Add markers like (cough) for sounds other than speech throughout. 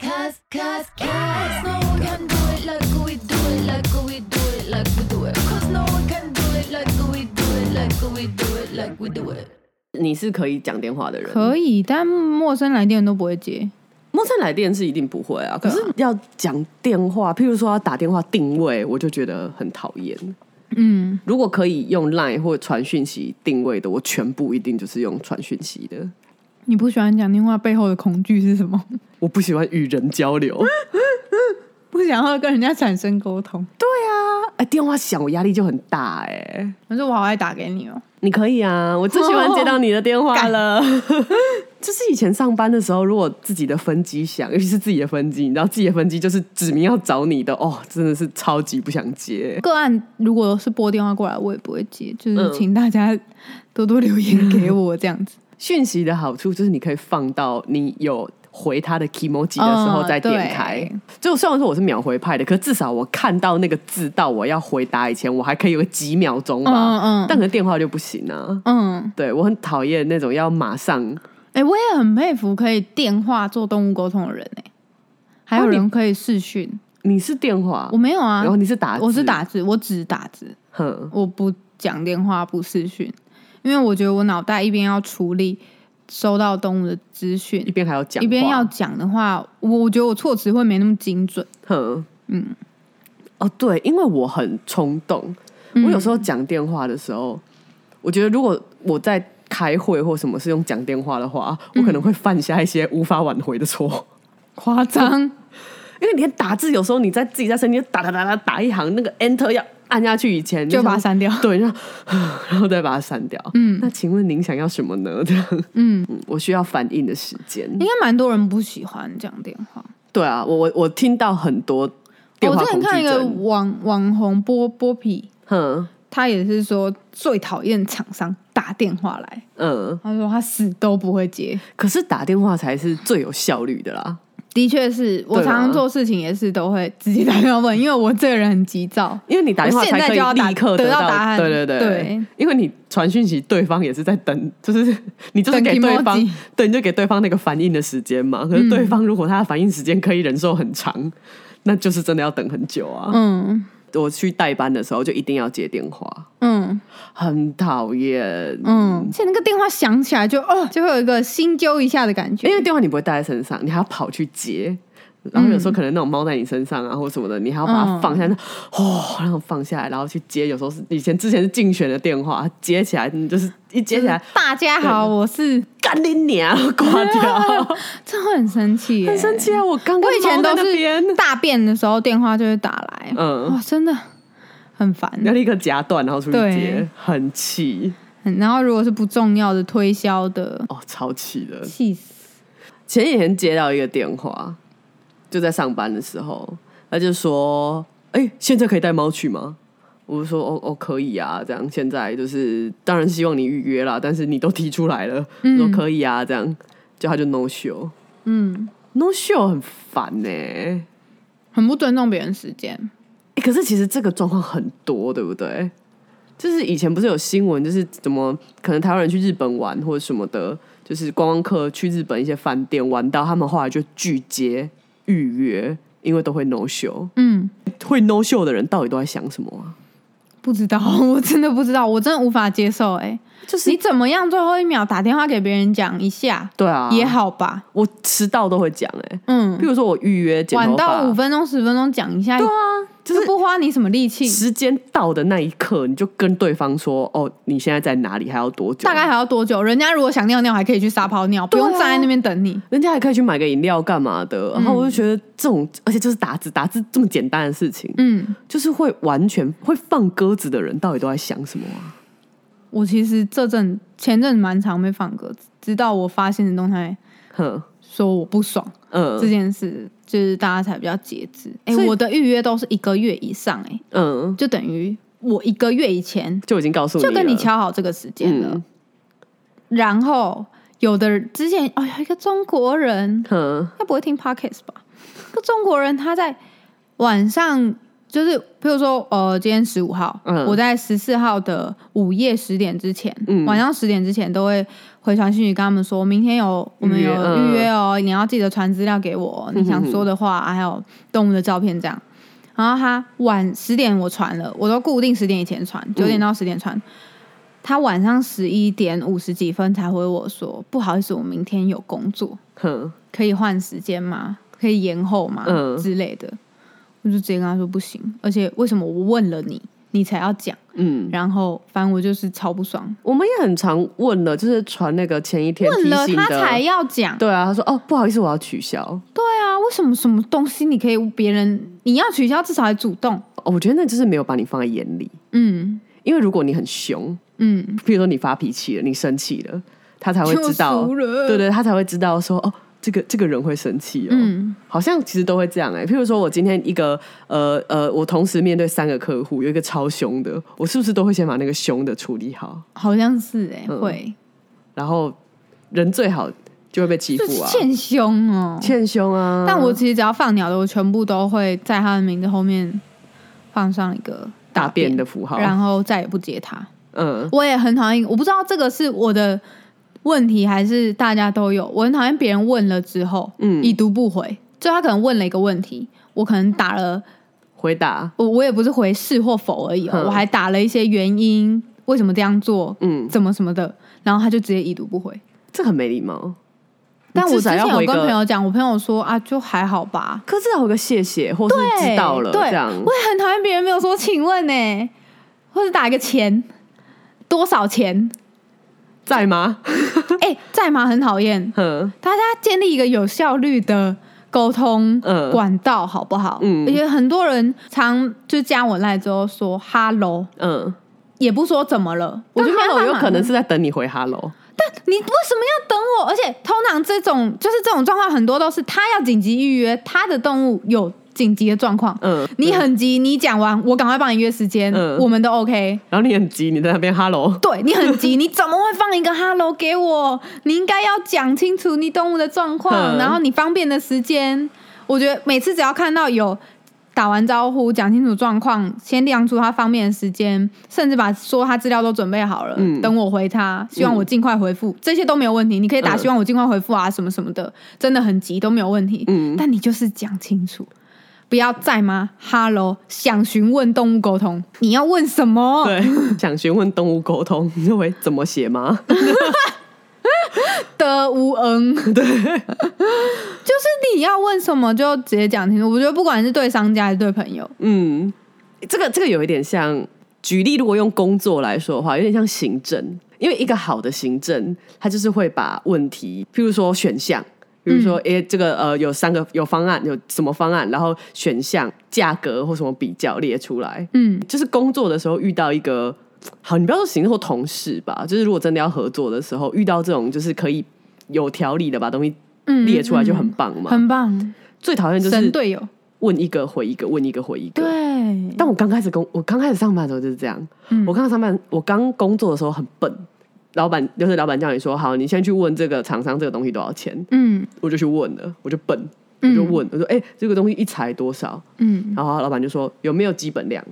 Cause, cause no one can do it like we do it, like we do it, like we do it. Cause no one can do it like we do it, like we do it, like we do it. 你是可以讲电话的人，可以，但陌生来电都不会接。陌生来电是一定不会啊。可对啊是要讲电话，譬如说要打电话定位，我就觉得很讨厌。嗯，如果可以用 Line 或传讯息定位的，我全部一定就是用传讯息的。你不喜欢讲电话背后的恐惧是什么？ (laughs) 我不喜欢与人交流。不想要跟人家产生沟通。啊哎，电话响，我压力就很大哎、可是我好爱打给你哦、你可以啊，我最喜欢接到你的 (laughs) 电话了。 (laughs) 就是以前上班的时候，如果自己的分机响，尤其是自己的分机，你知道自己的分机就是指明要找你的，哦，真的是超级不想接。个案如果是拨电话过来，我也不会接，就嗯是请大家多多留言给我这 (laughs) 样子。讯息的好处就是你可以放到你有回他的 emoji 的时候再点开。嗯就虽然说我是秒回派的，可至少我看到那个字到我要回答以前，我还可以有个几秒钟吧。嗯嗯但可能电话就不行啊。嗯，对我很讨厌那种要马上哎、我也很佩服可以电话做动物沟通的人哎、还有哦你人可以视讯、你是电话，我没有啊然，后你是打字，我是打字，我只打字，哼，我不讲电话，不视讯，因为我觉得我脑袋一边要处理收到动物的资讯一，边还要讲话，一边要讲的话，我我觉得我措辞会没那么精准。哼，嗯哦对，因为我很冲动，嗯我有时候讲电话的时候，我觉得如果我在开会或什么是用讲电话的话，嗯我可能会犯下一些无法挽回的错。夸张， (laughs) 因为连打字有时候你在自己在身边打打打打打一行，那个 Enter 要按下去以前你就把它想删掉。对，然后然后 (laughs) 再把它删掉。嗯，那请问您想要什么呢？这样，嗯，嗯我需要反应的时间。 (laughs) 应该蛮多人不喜欢讲电话。对啊，我我我听到很多电哦我话之前恐看惧一个症。网网红波波皮，哼他也是说最讨厌厂商打电话来，嗯，他说他死都不会接。可是打电话才是最有效率的啦。的确是我对啊常常做事情也是都会直接打电话问，因为我这个人很急躁。因为你打电话我现才在可就要以打立刻得到到答案对对对，对因为你传讯息，对方也是在等，就是 (laughs) 你就是等给对 emoji 方，对，你就给对方那个反应的时间嘛。可是对方如果他的反应时间可以忍受很长，那就是真的要等很久啊。嗯我去代班的时候就一定要接电话，嗯很讨厌。嗯，而且那个电话响起来就哦，就会有一个心揪一下的感觉因。为电话你不会带在身上，你还要跑去接，然后有时嗯候可能那种猫在你身上啊，或什么的，你还要把它放下，那哦，然后放下来，然后去接。有时候是以前之前是竞选的电话，接起来你就是一接起来，大家好，我是干你娘，挂掉，这会很生气耶，很生气啊！我刚刚啊我以前猫都在那边是大便的时候电话就会打来，嗯哇，真的很烦。你要立刻夹断，然后出去对接，很气嗯然后如果是不重要的推销的，哦，超气的。气死！前几天接到一个电话，就在上班的时候，他就说：“哎、现在可以带猫去吗？”我就说：“哦哦，可以啊，这样现在就是当然希望你预约啦，但是你都提出来了，我说可以啊，这样就他就 no show，嗯， no show 很烦欸呢、很不尊重别人时间。欸可是其实这个状况很多，对不对？就是以前不是有新闻，就是怎么可能台湾人去日本玩或者什么的，就是观光客去日本一些饭店玩到，他们后来就拒接预约，因为都会 no show。嗯，会 no show 的人到底都在想什么啊？不知道， (laughs) 我真的不知道，我真的无法接受、哎，就是你怎么样最后一秒打电话给别人讲一下、对啊，也，好吧？我迟到都会讲哎、嗯欸，譬，如说我预约剪晚头到五发，分钟、十分钟讲一下，对啊，就是就不花你什么力气，时间到的那一刻，你就跟对方说哦，你现在在哪里，还要多久？大概还要多久？人家如果想尿尿，还可以去撒泡尿，不用对啊站在那边等你。人家还可以去买个饮料干嘛的，然后我就觉得这种，而且就是打字打字这么简单的事情，嗯，就是会完全会放鸽子的人，到底都在想什么啊？我其实这阵前阵蛮常被放鸽子，直到我发现的动态哼，说我不爽、这嗯件事，就是大家才比较节制。哎、所以我的预约都是一个月以上、哎，嗯，就等于我一个月以前就已经告诉你了，就跟你敲好这个时间了。啊嗯然后有的之前哦，有一个中国人，哼，他不会听 podcast 吧？一个中国人他在晚上就是譬如说，呃，今天十五号，嗯我在十四号的午夜十点之前，晚上十点之前都会回传讯息跟他们说，明天有我们预约有嗯预约哦，你要记得传资料给我，你想说的话，还有动物的照片这样。然后他晚十点我传了，我都固定十点以前传，嗯九点到十点传。他晚上十一点五十几分才回我说，不好意思，我明天有工作。哼，可以换时间吗？可以延后吗？嗯之类的，我就直接跟他说不行。而且为什么我问了你，你才要讲？嗯，然后反正我就是超不爽，我们也很常问了，就是传那个前一天提问了醒他的才要讲。对啊，他说哦，不好意思，我要取消。对啊，为什么什么东西你可以别人你要取消，至少还主动？哦我觉得那就是没有把你放在眼里，嗯因为如果你很凶，嗯，譬如说你发脾气了，你生气了，他才会知道，就熟 (laughs) 了对对，他才会知道说哦，这个这个人会生气哦。嗯好像其实都会这样哎、譬如说我今天一个呃呃，我同时面对三个客户，有一个超凶的，我是不是都会先把那个凶的处理好，好像是哎、嗯会然后人最好就会被欺就负啊，欠凶哦。欠凶啊。但我其实只要放鸟的，我全部都会在他的名字后面放上一个大便的符号，然后再也不接他。 (laughs) 嗯我也很讨厌，我不知道这个是我的问题还是大家都有。我很讨厌别人问了之后，嗯已读不回。就他可能问了一个问题，我可能打了，回答我我也不是回是或否而已、哦，嗯我还打了一些原因，为什么这样做，嗯，怎么什么的，然后他就直接已读不回。这很没礼貌。但我至之少前要有回跟个朋友讲，我朋友说啊，就还好吧。可至少有个谢谢，或是知道了对，这样。我也很讨厌别人没有说请问呢、或者打一个钱多少 (laughs) 钱，在吗？ (laughs) 哎、在吗？很讨厌。嗯大家建立一个有效率的沟通嗯管道，好不好？嗯而且很多人常就加我赖之后说 “hello”，嗯，也不说哦怎么了，我我就觉得没办 hello 法有可能是在等你回 hello。你为什么要等我？而且通常这种就是这种状况，很多都是他要紧急预约，他的动物有紧急的状况。嗯，你很急，你讲完，我赶快帮你约时间，嗯我们都 OK。然后你很急，你在那边 hello。对你很 (laughs) 急，你怎么会放一个 “hello” 给我？你应该要讲清楚你动物的状况，嗯然后你方便的时间。我觉得每次只要看到有打完招呼、讲清楚状况，先亮出他方便的时间，甚至把说他资料都准备好了，嗯等我回他，希望我尽快回复，这些都没有问题。你可以打嗯希望我尽快回复啊，什么什么的，真的很急都没有问题。嗯但你就是讲清楚。不要在吗？Hello，想询问动物沟通，你要问什哦么？ (laughs) 对，想询问动物沟通，你认为怎么写吗？的无 (laughs) 恩，对，就是你要问什么就直接讲清楚。我觉得不管是对商家还是对朋友，嗯， (laughs) 这个这个有一点像，举例如果用工作来说的话，有点像行政，因为一个好的行政，他就是会把问题，譬如说选项。比如说，诶、这个呃，有三个有方案，有什么方案，然后选项、价格或什么比较列出来，嗯就是工作的时候遇到一个好，你不要说行政或同事吧，就是如果真的要合作的时候，遇到这种就是可以有条理的把东西嗯，列出来就很嗯棒嘛。很棒，最讨厌就神是队友，问一个回一个，问一个回一对个。，但我刚开始工，我刚开始上班的时候就是这样。嗯我刚上班，我刚工作的时候很笨。老板就是老板叫你说好，你先去问这个厂商这个东西多少钱，嗯我就去问了，我就笨，我嗯就问，我说哎、这个东西一裁多少？嗯然后老板就说有没有基本量，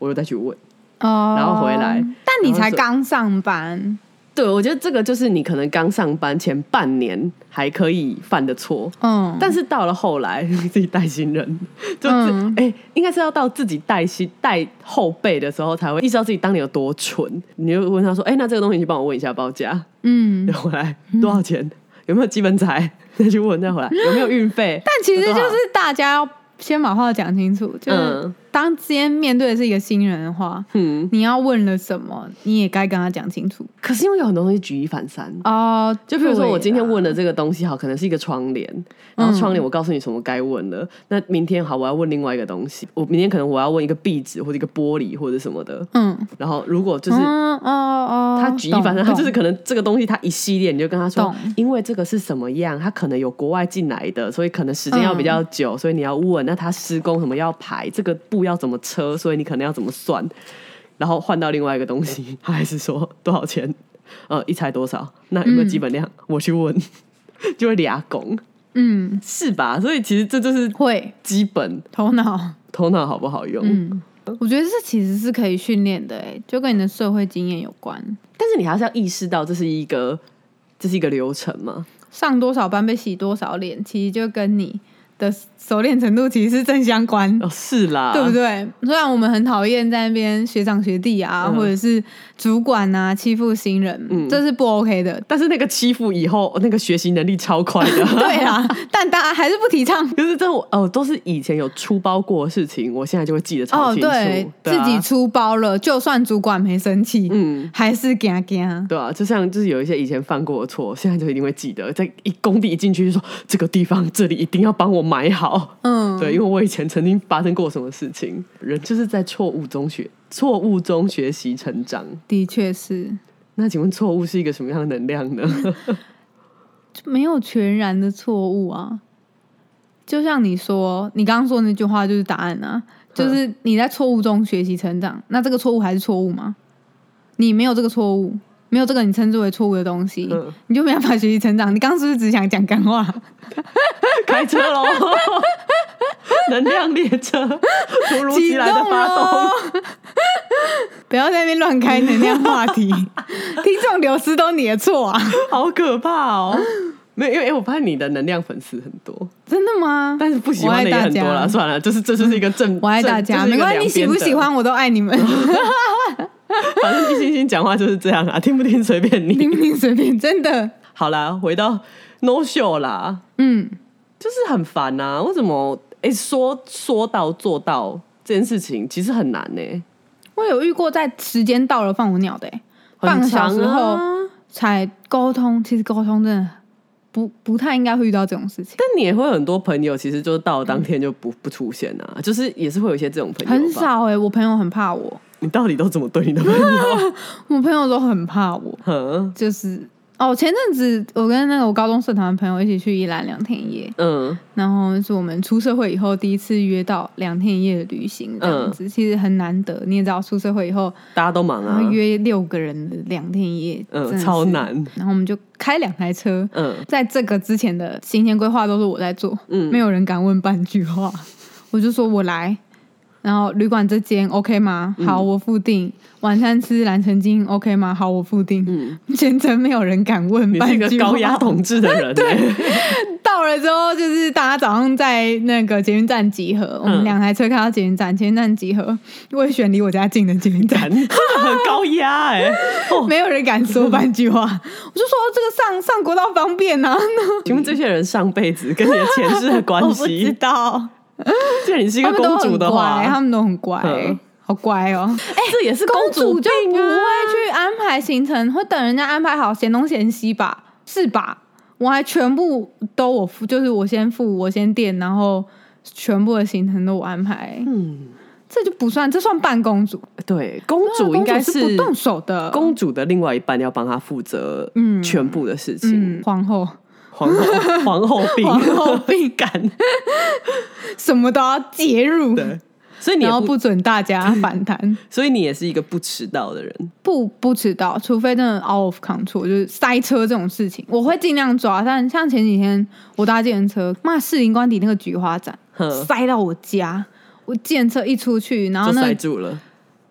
我又再去问。哦，然后回来，但你然后才是刚上班，对，我觉得这个就是你可能刚上班前半年还可以犯的错，嗯，但是到了后来 (laughs) 自己带新人，就是哎、嗯诶应该是要到自己带新带后辈的时候，才会意识到自己当年有多蠢。你就问他说：“哎、那这个东西你帮我问一下报价，嗯然，后回来多少钱？有没有基本材？再去问，再回来有没有运费？”但其实有多就少是大家要先把话讲清楚，就是嗯当今天面对的是一个新人的话，嗯，你要问了什么，你也该跟他讲清楚可是因为有很多东西举一反三。哦。就比如说，我今天对啦问的这个东西好，可能是一个窗帘，然后窗帘我告诉你什么该问了，那明天好，我要问另外一个东西，我明天可能我要问一个壁纸或者一个玻璃或者什么的，嗯，然后如果就是嗯哦哦，他举一懂反三，他就是懂可能这个东西他一系列，你就跟他说懂，因为这个是什么样，他可能有国外进来的，所以可能时间要比嗯较久，所以你要问，那他施工什么要排，这个布要怎么车，所以你可能要怎么算，然后换到另外一个东西，他还是说多少嗯钱，呃，一猜多少，那有没有基本量，我去问，就会俩拱，嗯，是吧？所以其实这就是会基本 (laughs) 头脑，头脑好不好用。嗯，我觉得这其实是可以训练的，哎，就跟你的社会经验有关。但是你还是要意识到这是一个这是一个流程嘛。上多少班被洗多少脸，其实就跟你的熟练程度其实是正相关。哦，是啦， (laughs) 对不？对？虽然我们很讨厌在那边学长学弟啊，嗯或者是主管啊欺负新人，嗯这是不 OK 的。但是那个欺负以后，那个学习能力超快的。 (laughs) 对啊，但大家还是不提倡。 (laughs) 可是这我哦，都是以前有出包过的事情，我现在就会记得超哦，清楚。对，啊自己出包了，就算主管没生气，嗯，还是惊惊。对啊，就像就是有一些以前犯过的错，现在就一定会记得，在一工地一进去就说这个地方这里一定要帮我买好。嗯，对，因为我以前曾经发生过什么事情，人就是在错误中学错误中学习成长。的确是那请问错误是一个什么样的能量呢？就没有全然的错误啊。就像你说，你刚刚说那句话就是答案啊，就是你在错误中学习成长。那这个错误还是错误吗？你没有这个错误，没有这个你称之为错误的东西，嗯你就没办法学习成长。你刚刚是不是只想讲 (laughs) 干话？开车喽！ (laughs) 能量列车突如激其动哦来的发咯动，！ (laughs) 不要在那边乱开能量话 (laughs) 题，听众流失都你的错啊！好可怕哦！没有，因为因为我发现你的能量粉丝很多，真的吗？但是不喜欢的也很多我爱啦。大家嗯算了，就是这就是一个正，我爱大正就家，是没一个关系，你喜不喜两欢我都爱你们， (laughs) 边的？反正一星星讲话就是这样啊， (laughs) 听不听随便你。听不听随便，真的。好啦，回到 No Show 啦，嗯，就是很烦呐、为什么？哎、说说到做到这件事情其实很难呢、我有遇过在时间到了放我鸟的、欸，很半个小长时后啊才沟通，其实沟通真的不不太应该会遇到这种事情，但你也会有很多朋友，其实就是到了当天就不、不出现啊，就是也是会有一些这种朋友。嗯很，少哎、我朋友很怕我，你到底都怎么对你的 (laughs) 朋友？我朋友都很怕我，嗯就是哦，前阵子我跟那个我高中社团的朋友一起去宜兰两天一夜，嗯，然后是我们出社会以后第一次约到两天一夜的旅行，嗯这样子、其实很难得。你也知道，出社会以后大家都忙然啊后，约六个人的两天一夜，真嗯，的是超。难，然后我们就开两台车，嗯在这个之前的行前规划都是我在做，嗯没有人敢问半句话。我就说我来，然后旅馆这间 OK 吗？嗯好，我付定。晚餐吃蓝城精 OK 吗？好，我付定。嗯， (laughs) 全程没有人敢问你是半一句个话高压统治的人、 (laughs) 欸，到了之后，就是大家早上在那个捷运站集合，我嗯们两台车开到捷运站，捷运站集合，我也选离我家近的捷运站，敢，真的很高压哎、 (laughs) 哦，没有人敢说半句话。我就说这个上上国道方便啊，请问这些人上辈子跟你的前世的关我不知系？道，既然你是一他个们都公很主的乖，他话，们都很乖、嗯好乖哦。哎、这也是公主就不病会啊。去安排行程，会等人家安排好，嫌东嫌西吧？是吧？我还全部都我付，就是我先付，我先垫，然后全部的行程都我安排。嗯，这就不算，这算半公主。对，公主应该啊公是不动手的公主的另外一半要帮她负责嗯全部的事情，嗯，皇后皇 (laughs) 后皇后病皇后病感什么都要介入， (laughs) 对，所以你也然后不，不准大家反弹，所以你也是一个不迟到的人。不不迟到，除非真的 out of control，就是塞车这种事情，我会尽量抓。但像前几天我搭计程车，骂士林官邸那个菊花展哼塞到我家，我计程车一出去，然后就那塞个住了，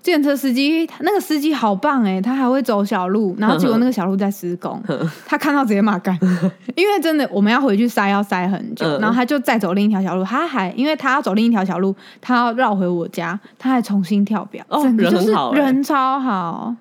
计程车司机，那个司机好棒哎、他还会走小路，然后结果那个小路在施工，他看到直接骂 (laughs) 干，因为真的我们要回去塞要塞很久，嗯然后他就再走另一条小路，他还因为他要走另一条小路，他要绕回我家，他还重新跳表，哦整个就人是很好欸人超好，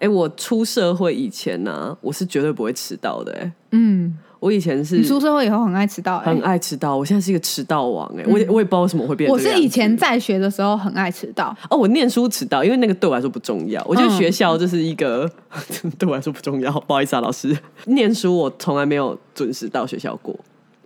哎、我出社会以前呢、我是绝对不会迟到的、哎，嗯，我以前你是出社会以后很爱迟到、欸，很爱迟到，我现在是一个迟到王、哎、我也我也不知啊道为什么我会变成我这个是样子。以前在学的时候很爱迟到，哦，我念书迟到，因为那个对我来说不重要。我觉得嗯学校就是一个、 (laughs) 对我来说不重要，不好意思啊，老师。念书我从来没有准时到学校过，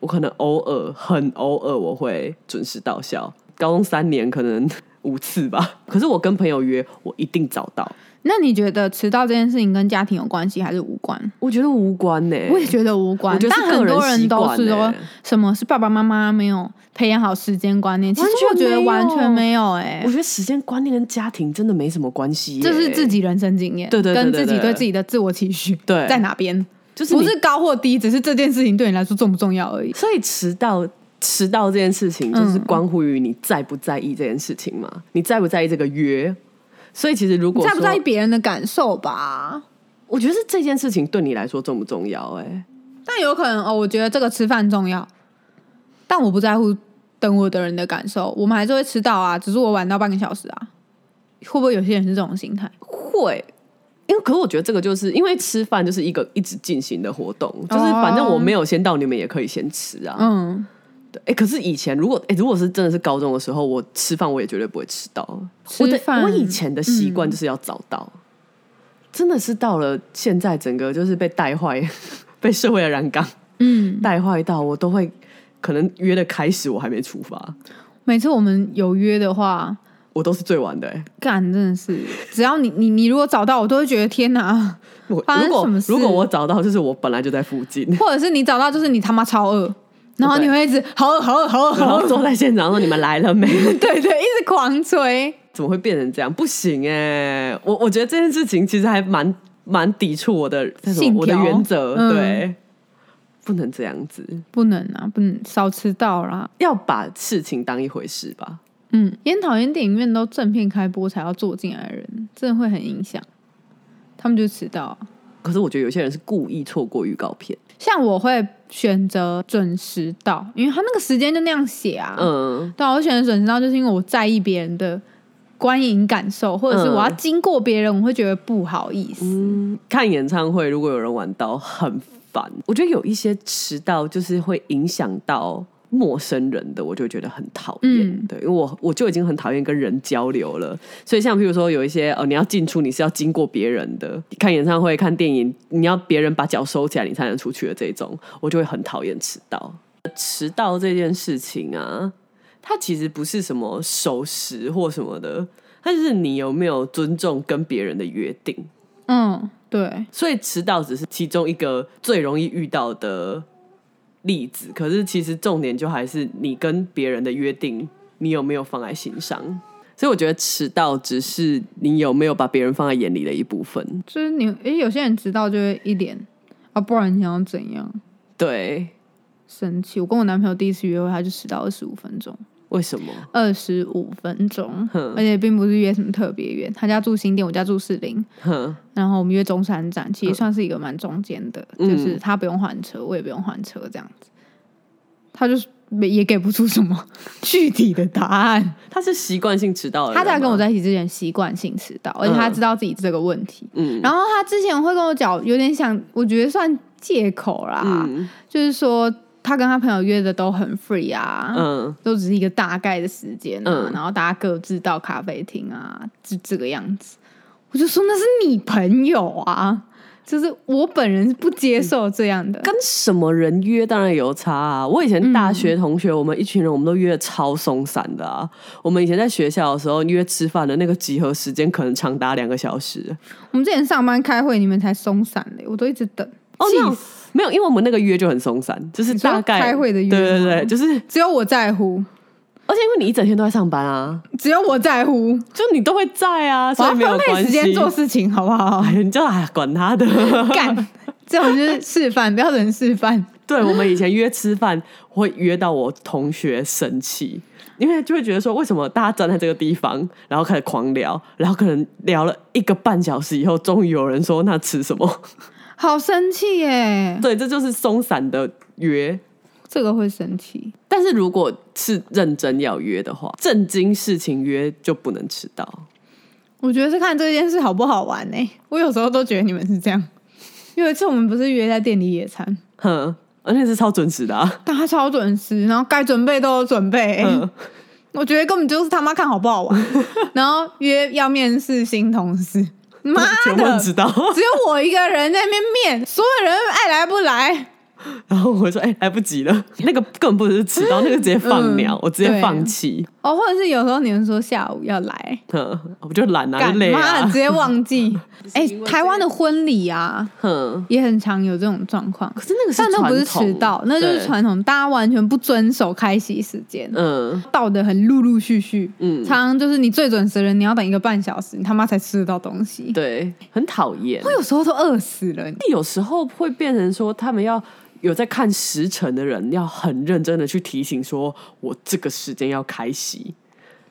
我可能偶尔很偶尔我会准时到校。高中三年可能 (laughs) 五次吧，可是我跟朋友约，我一定早到。那你觉得迟到这件事情跟家庭有关系还是无关？我觉得无关呢、我也觉得无关，我觉得是但很多人都个人是习说惯欸什么是爸爸妈妈没有培养好时间观念，其实我完全觉得没有完全没有、欸，我觉得时间观念跟家庭真的没什么关系、耶这是自己人生经验，对对对对跟自己对对自己的自我期许对在哪边？就是不你是高或低，只是这件事情对你来说重不重要而已。所以迟到迟到这件事情，就是嗯关乎于你在不在意这件事情嘛？你在不在意这个约？所以其实如果在不说在意，别人的感受吧？我觉得是这件事情对你来说重不重要、哎，但有可能哦，我觉得这个吃饭重要，但我不在乎等我的人的感受，我们还是会迟到啊，只是我晚到半个小时啊。会不会有些人是这种心态？会。因为，可是我觉得这个就是因为吃饭就是一个一直进行的活动，就是反哦正我没有先到，你们也可以先吃啊。嗯，对，哎、可是以前如果哎、如果是真的是高中的时候，我吃饭我也绝对不会迟到。吃我的饭嗯我以前的习惯就是要早到，真的是到了现在，整个就是被带坏， (laughs) 被社会的染缸嗯， (laughs) 带坏到，我都会可能约的开始我还没出发，每次我们有约的话，我都是最晚的、欸。干真的是，只要你你你如果找到，我都会觉得天哪！我发生如果什么事如果我找到，就是我本来就在附近，或者是你找到就是你他妈超饿，然后你会一直好饿好饿好饿然好后饿，坐在现场说你们来了没？对对，一直狂吹。怎么会变成这样？不行哎、我我觉得这件事情其实还蛮蛮抵触我的那种信条我的原则，嗯对，不能这样子，不能啊，不能少迟到啦。要把事情当一回事吧。嗯，也很讨厌电影院都正片开播才要坐进来的人，真的会很影响。他们就迟到啊、可是我觉得有些人是故意错过预告片，像我会选择准时到，因为他那个时间就那样写啊。嗯，对啊，我选择准时到，就是因为我在意别人的观影感受，或者是嗯我要经过别人，我会觉得不好意思。看演唱会如果有人晚到很烦，我觉得有一些迟到就是会影响到。陌生人的我就会觉得很讨厌，嗯对，因为我我就已经很讨厌跟人交流了，所以像譬如说有一些呃，你要进出你是要经过别人的，看演唱会、看电影，你要别人把脚收起来你才能出去的这种，我就会很讨厌迟到。迟到这件事情啊，它其实不是什么守时或什么的，它就是你有没有尊重跟别人的约定。嗯，对，所以迟到只是其中一个最容易遇到的例子，可是其实重点就还是你跟别人的约定，你有没有放在心上？所以我觉得迟到只是你有没有把别人放在眼里的一部分。就是你，诶，有些人迟到就会一脸啊，不然你想要怎样？对，生气。我跟我男朋友第一次约会，他就迟到二十五分钟。为什么？二十五分钟哼，而且并不是约什么特别远。他家住新店，我家住士林，哼，然后我们约中山站，其实算是一个蛮中间的，嗯就是他不用换车，我也不用换车，这样子。他就是没也给不出什么 (laughs) 具体的答案。他是习惯性迟到的人他吗。在跟我在一起之前习惯性迟到，而且他知道自己这个问题。嗯然后他之前会跟我讲，有点想，我觉得算借口啦，嗯就是说他跟他朋友约的都很 free 啊，嗯都只是一个大概的时间、啊，嗯然后大家各自到咖啡厅啊，就这个样子。我就说那是你朋友啊，就是我本人是不接受这样的。跟什么人约当然有差啊！我以前大学同学，我们一群人，我们都约的超松散的啊。我们以前在学校的时候约吃饭的那个集合时间，可能长达两个小时。我们之前上班开会，你们才松散嘞，我都一直等，哦，那气种死！没有，因为我们那个约就很松散，就是你说大概开会的约对对对，吗就是只有我在乎，而且因为你一整天都在上班啊，只有我在乎，就你都会在啊，我所要以没有分配关时系。间做事情，好不好？ (laughs) 哎，你就哎管他的。 (laughs) 干，这种就是示范，标准示范。对我们以前约吃饭会约到我同学生气，因为就会觉得说为什么大家站在这个地方，然后开始狂聊，然后可能聊了一个半小时以后，终于有人说那吃什么？ (laughs) 好生气耶！对，这就是松散的约。这个会生气，但是如果是认真要约的话，正经事情约就不能迟到。我觉得是看这件事好不好玩呢、欸我有时候都觉得你们是这样。有一次我们不是约在店里野餐，哼，而且是超准时的、啊。但他超准时，然后该准备都有准备、欸嗯，我觉得根本就是他妈看好不好 (laughs) 玩。然后约要面试新同事，妈哦全部的，人迟到。只有我一个人在那边面，所有人爱来不来。然后我说：“哎、来不及了，那个根本不是迟到，那个直接放鸟，嗯我直接对放弃。哦，或者是有时候你们说下午要来，哼，我就懒啊，干就累妈啊 (laughs) 直。接忘记。哎、因为台湾的婚礼啊，哼，也很常有这种状况，嗯可是那个是但那不是传统迟到，那就是。传统，大家完全不遵守开席时间。对嗯到的很陆陆续续，嗯，常常就是你最准时的人，你要等一个半小时，你他妈才吃得到东西。对，很讨厌。我有时候都饿死了，有时候会变成说，他们要有在看时辰的人，要很认真的去提醒说，我这个时间要开席，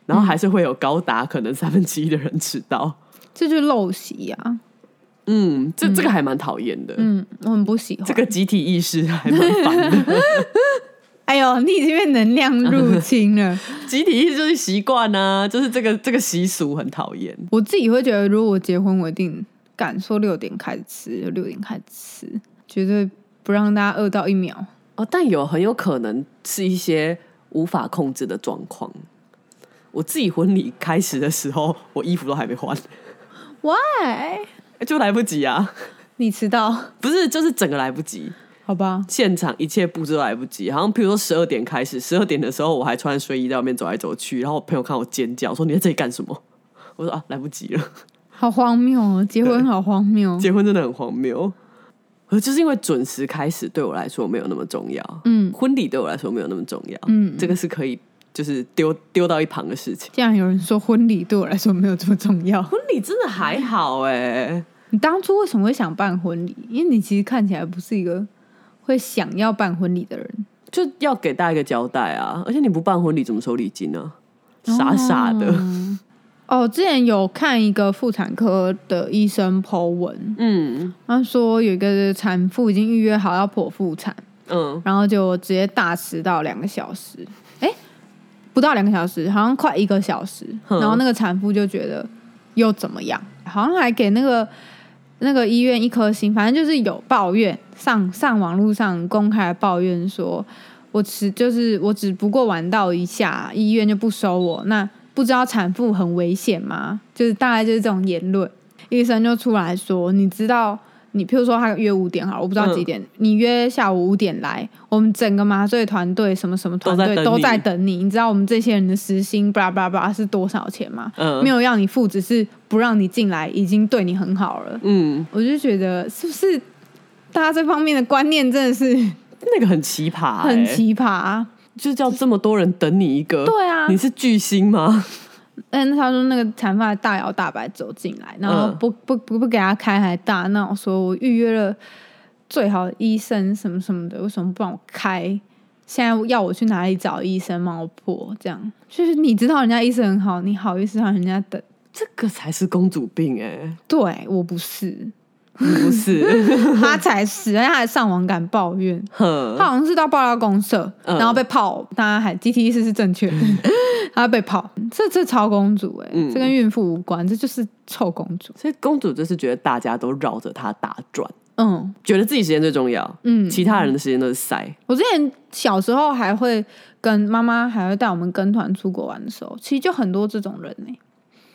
然后还是会有高达可能三分之一的人迟到。这就是陋习啊。嗯，这这个还蛮讨厌的。嗯，我很不喜欢这个。集体意识还蛮烦的， (laughs) 哎呦，你已经被能量入侵 (laughs) 了。集体意识就是习惯啊，就是这个这个习俗很讨厌。我自己会觉得，如果我结婚，我一定敢说六点开始吃，就六点开始吃，绝对不让大家饿到一秒。哦，但有很有可能是一些无法控制的状况。我自己婚礼开始的时候，我衣服都还没换， (laughs) Why？就来不及啊！你迟到？不是，就是整个来不及，好吧，现场一切布置都来不及。好像譬如说十二点开始，十二点的时候我还穿睡衣在外面走来走去，然后我朋友看我尖叫说：“你在这里干什么？”我说：“啊，来不及了， (laughs) 好荒谬哦！结婚好荒谬。哦结婚真的很荒谬。”可就是因为准时开始对我来说没有那么重要，嗯婚礼对我来说没有那么重要，嗯这个是可以就是丢丢到一旁的事情。竟然有人说婚礼对我来说没有这么重要。婚礼真的还好哎、 (laughs) 你当初为什么会想办婚礼？因为你其实看起来不是一个会想要办婚礼的人。就要给大家一个交代啊！而且你不办婚礼怎么收礼金呢、傻傻的，哦，之前有看一个妇产科的医生 Po 文，嗯他说有一个产妇已经预约好要剖腹产，嗯，然后就直接大迟到两个小时，哎，不到两个小时，好像快一个小时。嗯然后那个产妇就觉得又怎么样，好像还给那个那个医院一颗星，反正就是有抱怨，上上网络上公开抱怨说，我只就是我只不过晚到一下，医院就不收我，那不知道产妇很危险吗？就是大概就是这种言论，医生就出来说，你知道。你譬如说，他约五点好了，我不知嗯道几点。你约下午五点来，我们整个麻醉团队什么什么团队都在等都你在等你。你知道我们这些人的时薪巴拉巴拉巴拉是多少钱吗？嗯没有让你付，只是不让你进来，已经对你很好了。嗯，我就觉得是不是大家这方面的观念真的是那个很奇葩、欸，很奇葩、啊？就是叫这么多人等你一个，对啊你是巨星吗？嗯，他说那个产妇还大摇大摆走进来，然嗯后不、不不不给他开，还大闹说：“我预约了最好的医生什么什么的，为什么不帮我开？现在要我去哪里找医生帮我破？”这样就是你知道人家医生很好，你好意思让人家等？这个才是公主病哎、对我不是，你嗯不 (laughs) 是？他才是，而且他还上网敢抱怨。他哼，好像是到爆料公社，嗯然后被泡，大家还 G T 意识是正 (laughs) 确的，他被泡，这这超公主哎、嗯这跟孕妇无关，这就是臭公主。所以公主就是觉得大家都绕着她打转，嗯觉得自己时间最重要，嗯，其他人的时间都是塞。我之前小时候还会跟妈妈还会带我们跟团出国玩的时候，其实就很多这种人呢、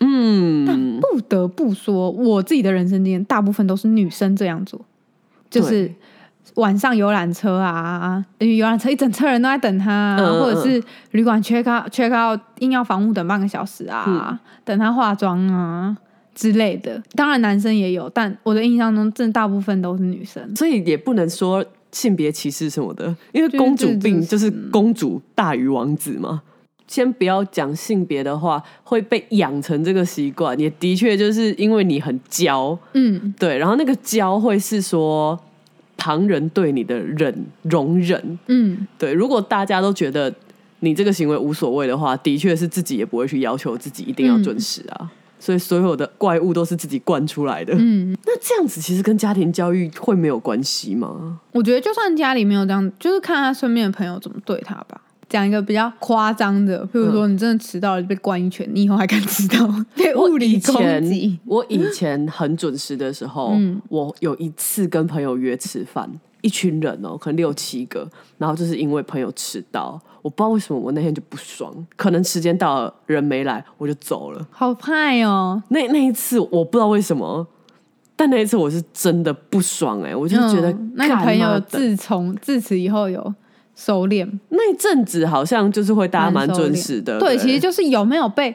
嗯，不得不说，我自己的人生经验大部分都是女生这样做，就是对晚上游览车啊，因为游览车一整车人都在等他啊、嗯嗯嗯或者是旅馆 check out check out 硬要房务等半个小时啊，嗯等他化妆啊之类的。当然男生也有，但我的印象中，真的大部分都是女生。所以也不能说性别歧视什么的，因为就是公主病这就是公主大于王子嘛。先不要讲性别的话，会被养成这个习惯，也的确就是因为你很娇，嗯，对，然后那个娇会是说旁人对你的忍容忍，嗯，对，如果大家都觉得你这个行为无所谓的话，的确是自己也不会去要求自己一定要嗯准时啊。所以所有的怪物都是自己惯出来的。嗯，那这样子其实跟家庭教育会没有关系吗？我觉得就算家里没有这样，就是看他身边的朋友怎么对他吧。讲一个比较夸张的，譬如说嗯你真的迟到了被关一拳，你以后还敢 (laughs) 迟到，被物理攻击。我以前很准时的时候，嗯我有一次跟朋友约吃饭，一群人哦，可能六七个，然后就是因为朋友迟到，我不知道为什么我那天就不爽，可能时间到了人没来，我就走了。好派哦！那那一次我不知道为什么，但那一次我是真的不爽哎、我就觉得、嗯那你干朋友妈的自从自此以后有收敛，那一阵子好像就是会大家蛮收敛准时的，对，其实就是有没有被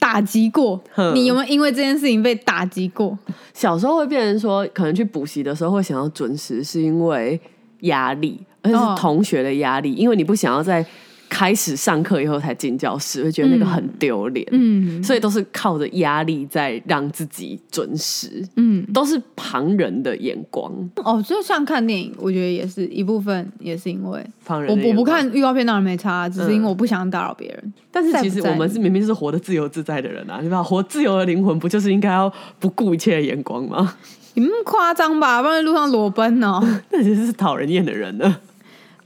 打击过？哼你有没有因为这件事情被打击过？小时候会变成说，可能去补习的时候会想要准时，是因为压力，而且是哦同学的压力，因为你不想要在开始上课以后才进教室，会觉得那个很丢脸，嗯所以都是靠着压力在让自己准时，嗯，都是旁人的眼光，哦，就像看电影，我觉得也是一部分，也是因为旁人我的嗯我眼不光，看预告片当然没差，啊只是因为我不想打扰别人。但是在不其实在我们是明明是活得自由自在的人啊，你知道，活自由的灵魂不就是应该要不顾一切的眼光吗？ (laughs) 你们那么夸张吧？不然路上裸奔哦。那其实是讨人厌的人呢。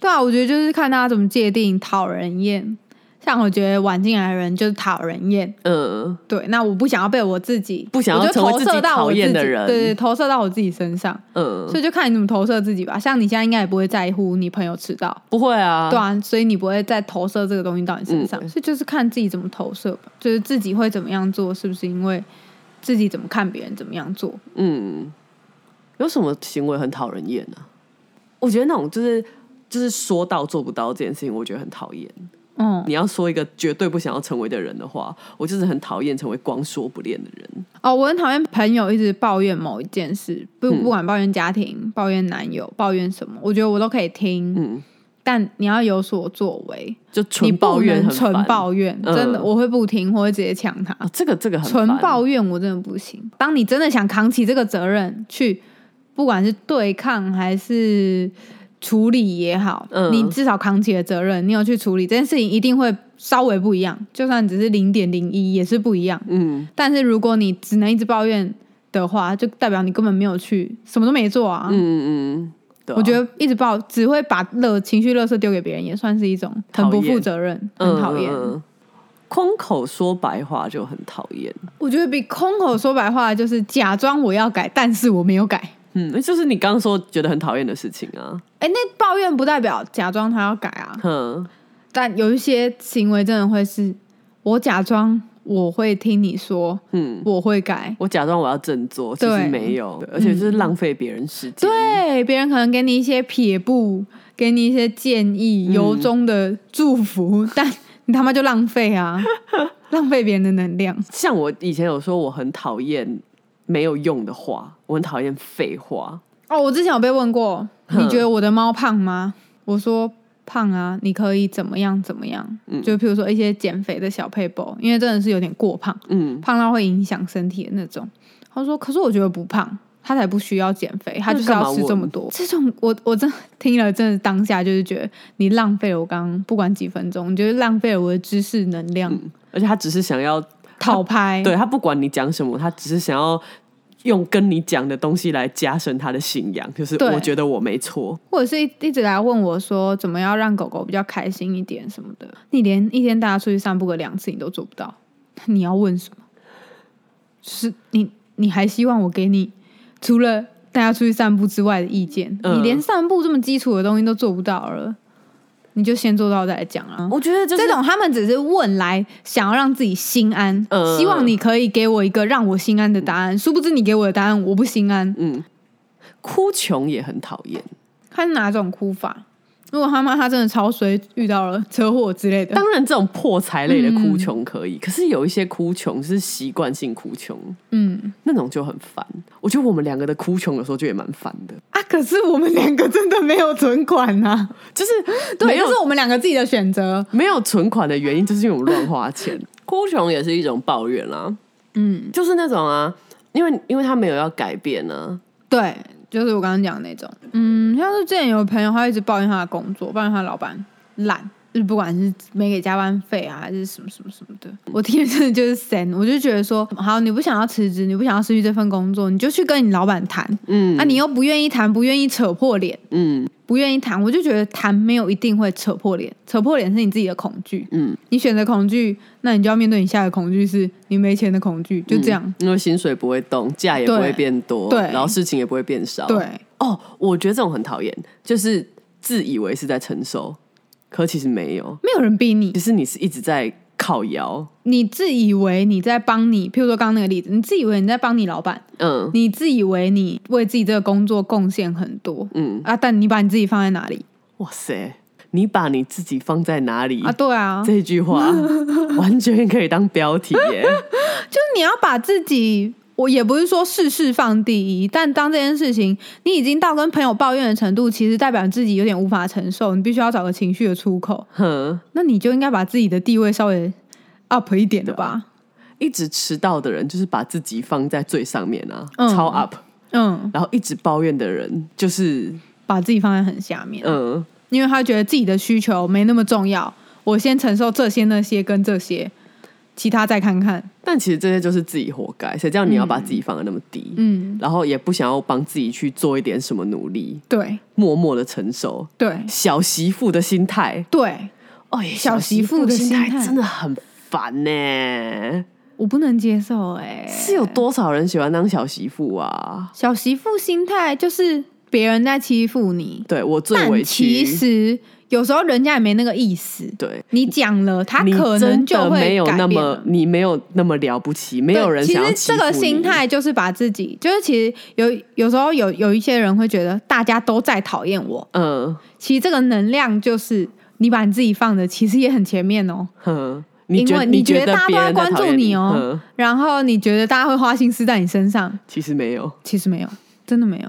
对啊，我觉得就是看大家怎么界定讨人厌。像我觉得晚进来的人就是讨人厌， (laughs) 嗯，对，那我不想要被我自己，不想要我就成为投自射己到我讨厌自己的人对对，投射到我自己身上，嗯，所以就看你怎么投射自己吧。像你现在应该也不会在乎你朋友迟到，不会啊，对啊，所以你不会再投射这个东西到你身上，嗯所以就是看自己怎么投射吧，就是自己会怎么样做，是不是因为自己怎么看别人怎么样做？嗯，有什么行为很讨人厌呢、我觉得那种就是就是说到做不到这件事情，我觉得很讨厌。嗯，你要说一个绝对不想要成为的人的话，我就是很讨厌成为光说不练的人。哦，我很讨厌朋友一直抱怨某一件事，不嗯不管抱怨家庭、抱怨男友、抱怨什么，我觉得我都可以听，嗯，但你要有所作为，就你纯不抱怨能很纯烦抱怨，嗯真的我会不听，我会直接呛他。啊，这个这个很纯烦抱怨我真的不行。当你真的想扛起这个责任去，不管是对抗还是处理也好，嗯你至少扛起了责任，你有去处理这件事情，一定会稍微不一样。就算只是零点零一，也是不一样。嗯，但是如果你只能一直抱怨的话，就代表你根本没有去，什么都没做啊。嗯嗯嗯，对啊、我觉得一直抱只会把乐情绪、乐色丢给别人，也算是一种很不讨厌负责任，很讨厌。嗯嗯嗯空口说白话就很讨厌。我觉得比空口说白话就是假装我要改，但是我没有改。嗯，就是你刚刚说觉得很讨厌的事情啊。哎、那抱怨不代表假装他要改啊，哼，但有一些行为真的会是，我假装我会听你说，嗯，我会改。我假装我要振作，其实对没有，对嗯而且就是浪费别人时间。对，别人可能给你一些撇步，给你一些建议，由衷的祝 (laughs) 福，但你他妈就浪费 (laughs) 啊，浪费别人的能量。像我以前有说我很讨厌没有用的话，我很讨厌废话。哦，我之前有被问过，哼你觉得我的猫胖吗？我说胖啊，你可以怎么样怎么样？嗯就譬如说一些减肥的小配包，因为真的是有点过胖，嗯，胖到会影响身体的那种。他说，可是我觉得不胖。他才不需要减肥，他就是那干要嘛吃这么多。这种我我真的听了，真的当下就是觉得你浪费了我刚刚不管几分钟，你就是浪费了我的知识能量，而且他只是想要，讨嗯拍。对他不管你讲什么，他只是想要用跟你讲的东西来加深他的信仰，就是对我觉得我没错。或者是一一直来问我说，怎么样让狗狗比较开心一点什么的。你连一天带它出去散步个两次你都做不到，你要问什么？是你你还希望我给你除了带它出去散步之外的意见？嗯你连散步这么基础的东西都做不到了，你就先做到再来讲啊。我觉得就这种他们只是问来想要让自己心安，嗯希望你可以给我一个让我心安的答案。殊不知你给我的答案我不心安，嗯，哭穷也很讨厌。看是哪种哭法。如果他妈他真的超衰，遇到了车祸之类的，当然，这种破财类嗯的哭穷可以，可是有一些哭穷是习惯性哭穷，嗯那种就很烦。我觉得我们两个的哭穷有时候就也蛮烦的，啊，可是我们两个真的没有存款啊呐、就是 (laughs) 对，没有这是我们两个自己的选择。没有存款的原因，就是因为我们乱花钱。 (laughs) 哭穷也是一种抱怨啦、啊嗯，就是那种啊，因为因为他没有要改变啊呢、对，就是我刚刚讲的那种。嗯，像是之前有个朋友，他一直抱怨他的工作，抱怨他老板懒，就是不管是没给加班费啊，还是什么什么什么的。我听了真的就是神，我就觉得说，好，你不想要辞职，你不想要失去这份工作，你就去跟你老板谈。嗯啊，你又不愿意谈，不愿意扯破脸。嗯不愿意谈，我就觉得谈没有一定会扯破脸，扯破脸是你自己的恐惧。嗯，你选择恐惧，那你就要面对你下一个恐惧是你没钱的恐惧，就这样。因为薪水不会动，价也不会对变多，对然后事情也不会变少。，对，哦，我觉得这种很讨厌，就是自以为是在承受，可其实没有，没有人逼你其，实你是一直在靠腰，你自以为你在帮你，譬如说刚刚那个例子，你自以为你在帮你老板，嗯你自以为你为自己这个工作贡献很多嗯，啊，但你把你自己放在哪里哇塞，你把你自己放在哪里？啊？对啊，就这句 (laughs) 话完全可以当标题耶！是你要把自己。我也不是说事事放第一，但当这件事情你已经到跟朋友抱怨的程度，其实代表你自己有点无法承受，你必须要找个情绪的出口。哼，那你就应该把自己的地位稍微 up 嗯一点的吧。一直迟到的人就是把自己放在最上面啊，嗯超 up，嗯，然后一直抱怨的人就是把自己放在很下面，嗯，因为他觉得自己的需求没那么重要，我先承受这些那些跟这些，其他再看看。但其实这些就是自己活该，谁叫你要把自己放的那么低？嗯，然后也不想要帮自己去做一点什么努力，对默默的承受对小媳妇的心态。对，哦，小媳妇的心心态真的很烦呢、我不能接受哎、是有多少人喜欢当小媳妇啊？小媳妇心态就是别人在欺负你，对我最委屈但其，实有时候人家也没那个意思。对。你讲了，他你可真能的就会没有改那变么了，你没有那么了不起，没对，有人想要其实这个欺负你心，态就是把自己，就是其实有有时候有有一些人会觉得大家都在讨厌我，嗯其实这个能量就是你把你自己放的其实也很前面哦。哼，你因觉为你你觉得得大家别都在人关讨注厌你你哦嗯然后你觉得大家会花心思在你身上，其实没有，其实没有，真的没有。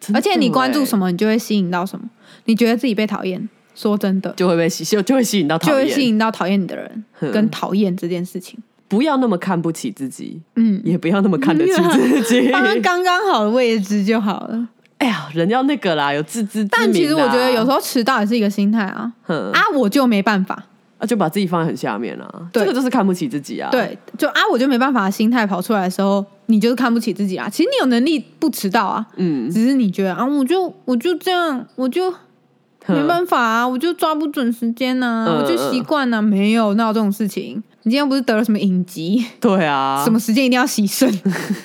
真而且你的关注欸什么，你就会吸引到什么。你觉得自己被讨厌，说真的，就会被吸，就就会吸引到就讨会吸厌。引到讨厌你的人哼跟讨厌这件事情。不要那么看不起自己， (laughs) 嗯，也不要那么看得起自 (laughs) 己。放在刚刚好的位置就好了。 (laughs) 哎呀，人要那个啦，有自知之明啦。啊嗯但其实我觉得有时候迟到也是一个心态啊。哼，啊，我就没办法，啊，就把自己放在很下面啦。对这个就是看不起自己啊。，对，就啊，我就没办法的心态跑出来的时候，你就是看不起自己啊。其实你有能力不迟到啊，嗯，只是你觉得啊，我就我就这样，我就没办法啊，我就抓不准时间呐、嗯我就习惯了，没有闹这种事情。你今天不是得了什么影集，对啊，什么时间一定要 (laughs) 洗肾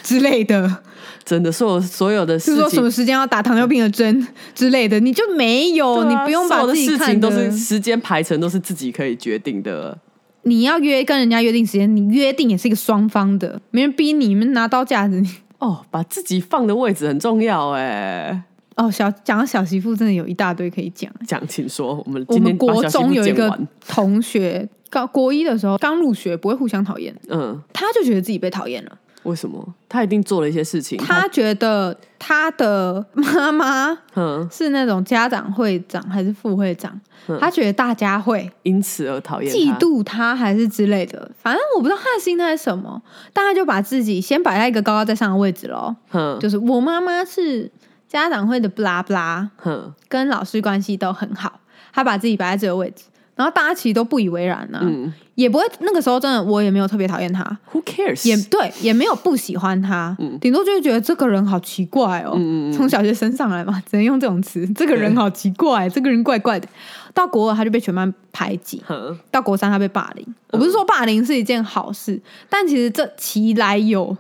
之类的，真的，所有所有的就是事说什情么。时间要打糖尿病的针之类的，你就没有，对啊你不用所把有的自己事看情的都是时间排程都是自己可以决定的，你要约跟人家约定时间，你约定也是一个双方的，没人逼你，你们拿刀架着你。哦，把自己放的位置很重要哎。哦，小讲到小媳妇真的有一大堆可以讲。讲，请说，我们我今们天把国小媳妇中有一剪个完同学，高国一的时候刚入学，不会互相讨厌，嗯，他就觉得自己被讨厌了。为什么？他一定做了一些事情，他觉得他的妈妈嗯，是那种家长会长还是副会长，他觉得大家会因此而讨厌他嫉妒他还是之类的，反正我不知道他的心态是什么，但他就把自己先摆在一个高高在上的位置喽，哼就是我妈妈是家长会的不拉不拉，哼，跟老师关系都很好，他把自己摆在这个位置，然后大家其实都不以为然呢、嗯也不会那个时候真的我也没有特别讨厌他， ，Who cares？ (laughs) 也对，也没有不喜欢他，顶多就会觉得这个人好奇怪哦，从小学生上来嘛，只能用这种词，这个人好奇怪，这个人怪怪的。到国二他就被全班排挤，哼到国三他被霸嗯凌。我不是说霸凌是一件好事，但其实这其来有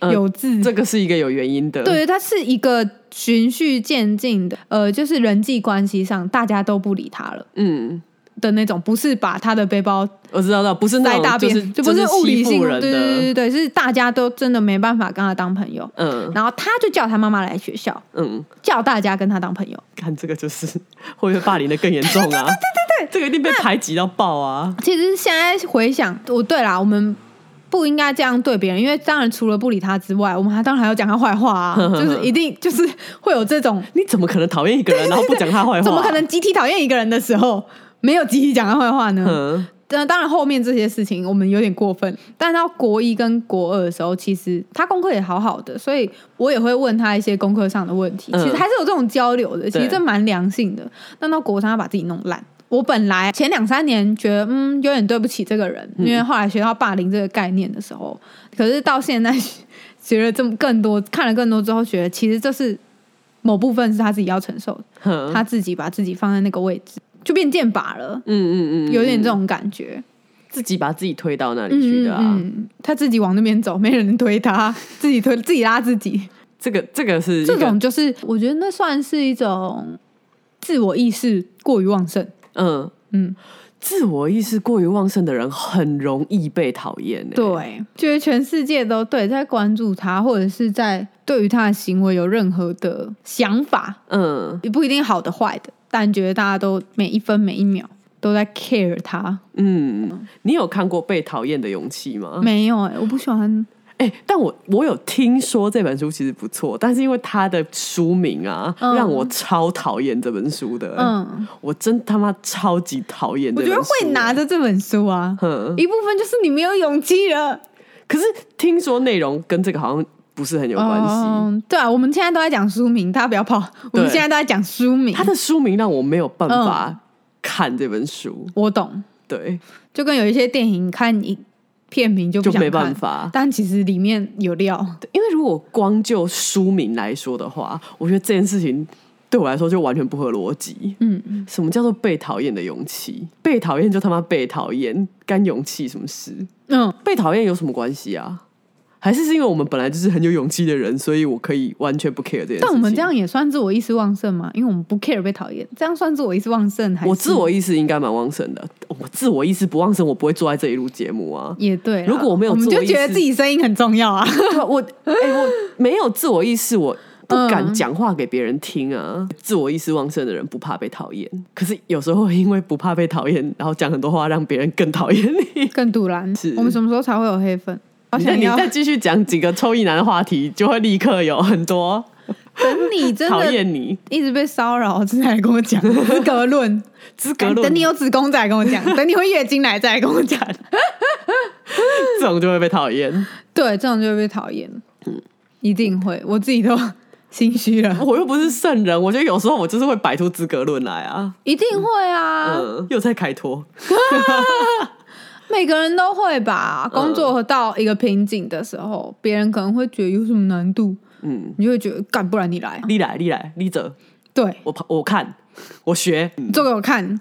嗯有自。这个是一个有原因的，对，它是一个循序渐进的，呃，就是人际关系上大家都不理他了嗯，的那种，不是把他的背包我知道了，不是那塞大种便，是就不是物理欺负性，人对对的，对对对，是大家都真的没办法跟他当朋友。嗯然后他就叫他妈妈来学校，嗯，叫大家跟他当朋友。看这个就是会不会霸凌的更严重啊？对对对这个一定被排挤到爆啊！其实现在回想，我对啦，我们不应该这样对别人，因为当然除了不理他之外，我们还当然还要讲他坏话啊， (laughs) 就是一定就是会有这种，你怎么可能讨厌一个人，然后不讲他坏话？怎么可？能集体讨厌一个人的时候没有集体讲他坏话呢？ (laughs) 嗯，那当然后面这些事情我们有点过分，但到国一跟国二的时候，其实他功课也好好的，所以我也会问他一些功课上的问题，嗯其实还是有这种交流的，其实对这蛮良性的。但到国三他把自己弄烂。我本来前两三年觉得嗯有点对不起这个人，嗯因为后来学到霸凌这个概念的时候，可是到现在学了这么更多，看了更多之后，觉得其实这是某部分是他自己要承受的，哼他自己把自己放在那个位置就变剑靶了，嗯嗯嗯，有点这种感觉。自己把自己推到那里去嗯的啊。嗯，他自己往那边走，没人推 (laughs) 他，自己推自己拉自己，这个这个是一这个种就是我觉得那算是一种自我意识过于旺盛。嗯，嗯，自我意识过于旺盛的人很容易被讨厌、欸。，对，觉得全世界都对在关注他，或者是在对于他的行为有任何的想法，嗯也不一定好的坏的，但觉得大家都每一分每一秒都在 care 他。嗯，你有看过《被讨厌的勇气》吗？没有哎、我不喜欢。哎、但我我有听说这本书其实不错，但是因为它的书名啊，嗯让我超讨厌这本书的、嗯，我真他妈超级讨厌这本我觉书。得会拿着这本书啊，哼，一部分就是你没有勇气了。可是听说内容跟这个好像不是很有关系。嗯，对啊，我们现在都在讲书名，大家不要跑。我们现在都在讲书名它，的书名让我没有办嗯法看这本书，我懂。对，就跟有一些电影看影片名就不就想没看办，法。但其实里面有料。因为如果光就书名来说的话，我觉得这件事情对我来说就完全不合逻辑。嗯，什么叫做被讨厌的勇气？被讨厌就他妈被讨厌，干勇气什么事？嗯，被讨厌有什么关系啊？还是是因为我们本来就是很有勇气的人，所以我可以完全不 care 这件事情。但我们这，样也算自我意识旺盛嘛？因为我们不 care 被讨厌，这样算自我意识旺盛还是？我自我意识应该蛮旺盛的。我自我意识不旺盛，我不会坐在这一路节目啊。也对啦。如果我没有我们自我就意识觉得自己声音很重 (laughs) 要啊。对啊我哎、我没有自我意识，我不嗯敢讲话给别人听啊。自我意识旺盛的人不怕被讨厌，可是有时候会因为不怕被讨厌，然后讲很多话让别人更讨厌你。更堵然是，我们什么时候才会有 (laughs) 黑粉？好你想再你要再继续讲几个臭意男的话题，就会立刻有很多等你真讨的厌你一直被骚扰，真的来跟我讲资格论，资 (laughs) 格论，哎等你有子宫再来跟我 (laughs) 讲，等你会月经来再来跟我讲。这种就会被讨厌。对，这种就会被讨厌，一定会，我自己都心虚了，我又不是圣人，我觉得有时候我就是会摆出资格论来啊。一定会啊，嗯，又在开脱。每个人都会嗯吧。工作到一个瓶颈的时候，别人可能会觉得有什么难度，嗯，你就会觉得干，不然你来，立来立来立着，对，我我看我学。嗯你做给我看，